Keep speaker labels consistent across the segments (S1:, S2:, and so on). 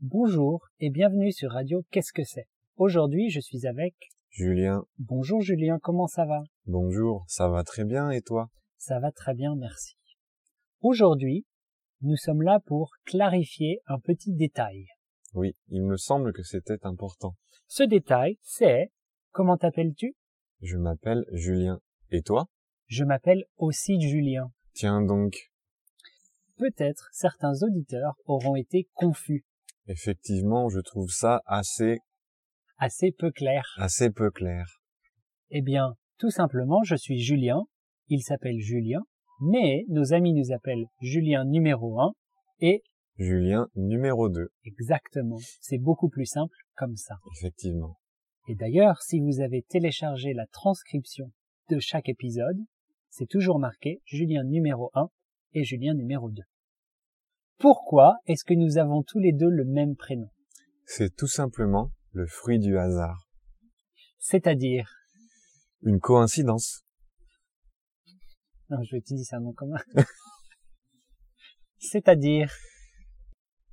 S1: Bonjour et bienvenue sur Radio Qu'est-ce que c'est Aujourd'hui, je suis avec
S2: Julien,
S1: Bonjour Julien, comment ça va
S2: bonjour, ça va très bien et toi
S1: Ça va très bien, merci. Aujourd'hui, nous sommes là pour clarifier un petit détail.
S2: Oui, il me semble que c'était important.
S1: Ce détail, c'est comment t'appelles-tu
S2: Je m'appelle Julien. Et toi
S1: Je m'appelle aussi Julien.
S2: Tiens donc,
S1: Peut-être certains auditeurs auront été confus,
S2: effectivement, je trouve ça assez,
S1: assez peu clairs.
S2: assez peu clair.
S1: Eh bien, tout simplement, je suis Julien, il s'appelle Julien, mais nos amis nous appellent Julien numéro 1 et
S2: Julien numéro 2,
S1: exactement, c'est beaucoup plus simple comme ça.
S2: effectivement.
S1: Et d'ailleurs, si vous avez téléchargé la transcription de chaque épisode, c'est toujours marqué Julien numéro 1 et Julien numéro 2. Pourquoi est-ce que nous avons tous les deux le même prénom
S2: C'est tout simplement le fruit du hasard.
S1: C'est-à-dire,
S2: Une coïncidence.
S1: non, je te dis c'est un nom commun. C'est-à-dire,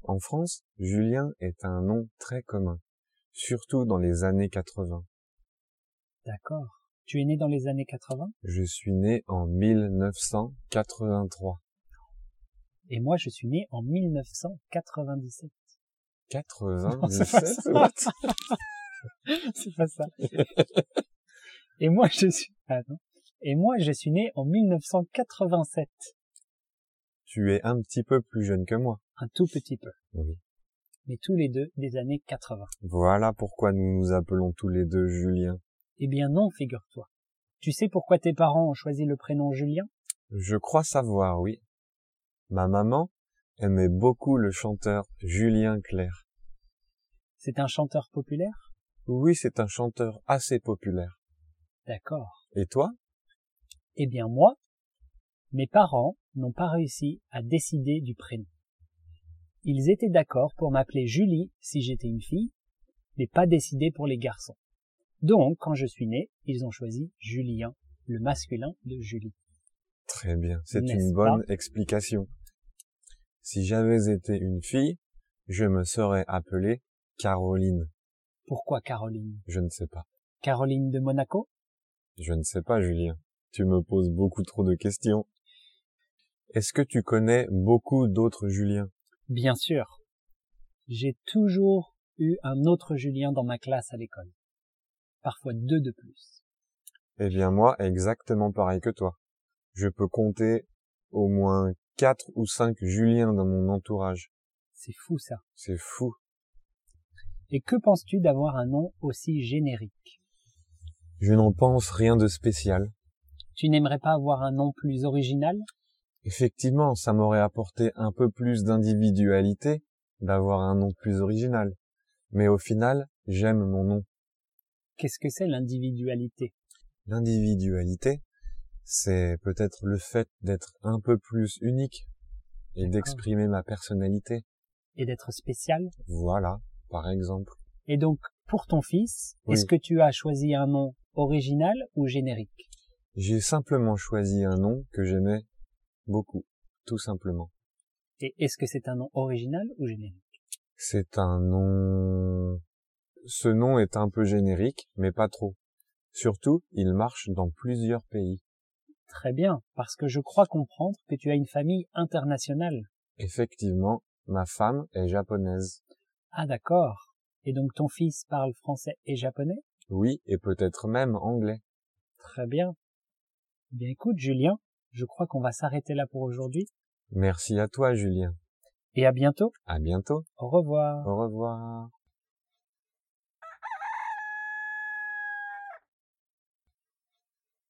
S2: En France, Julien est un nom très commun, surtout dans les années 80.
S1: d'accord, tu es né dans les années 80
S2: Je suis né en 1983.
S1: et moi je suis né en 1997.
S2: 97
S1: c'est pas ça. et moi je suis, attends. Et moi je suis né en 1987.
S2: Tu es un petit peu plus jeune que moi.
S1: un tout petit peu.
S2: Oui.
S1: Mais tous les deux des années 80.
S2: Voilà pourquoi nous nous appelons tous les deux Julien.
S1: Eh bien non, figure-toi. Tu sais pourquoi tes parents ont choisi le prénom Julien
S2: Je crois savoir, oui. Ma maman aimait beaucoup le chanteur Julien Clerc.
S1: C'est un chanteur populaire
S2: Oui, c'est un chanteur assez populaire.
S1: D'accord.
S2: Et toi
S1: Eh bien moi, mes parents n'ont pas réussi à décider du prénom. Ils étaient d'accord pour m'appeler Julie si j'étais une fille, mais pas décidé pour les garçons. Donc, quand je suis né, ils ont choisi Julien, le masculin de Julie.
S2: Très bien, c'est
S1: N'est-ce
S2: une bonne explication. Si j'avais été une fille, je me serais appelée Caroline.
S1: Pourquoi Caroline
S2: Je ne sais pas.
S1: Caroline de Monaco
S2: Je ne sais pas, Julien. Tu me poses beaucoup trop de questions. Est-ce que tu connais beaucoup d'autres Julien
S1: Bien sûr. J'ai toujours eu un autre Julien dans ma classe à l'école. Parfois deux de plus.
S2: Eh bien moi, exactement pareil que toi. Je peux compter au moins quatre ou cinq Julien dans mon entourage.
S1: C'est fou ça.
S2: C'est fou.
S1: Et que penses-tu d'avoir un nom aussi générique
S2: Je n'en pense rien de spécial.
S1: Tu n'aimerais pas avoir un nom plus original
S2: Effectivement, ça m'aurait apporté un peu plus d'individualité d'avoir un nom plus original. Mais au final, j'aime mon nom.
S1: Qu'est-ce que c'est l'individualité
S2: L'individualité, c'est peut-être le fait d'être un peu plus unique et
S1: D'accord.
S2: d'exprimer ma personnalité.
S1: et d'être spécial
S2: Voilà, par exemple.
S1: Et donc, pour ton fils,
S2: Oui.
S1: est-ce que tu as choisi un nom original ou générique
S2: J'ai simplement choisi un nom que j'aimais beaucoup, tout simplement.
S1: Et est-ce que c'est un nom original ou générique
S2: C'est un nom... Ce nom est un peu générique, mais pas trop. Surtout, il marche dans plusieurs pays.
S1: Très bien, parce que je crois comprendre que tu as une famille internationale.
S2: Effectivement, ma femme est japonaise.
S1: Ah d'accord. Et donc ton fils parle français et japonais
S2: Oui, et peut-être même anglais.
S1: Très bien. Eh Bien écoute Julien, je crois qu'on va s'arrêter là pour aujourd'hui
S2: Merci à toi, Julien.
S1: et à bientôt.
S2: À bientôt.
S1: Au revoir.
S2: Au revoir.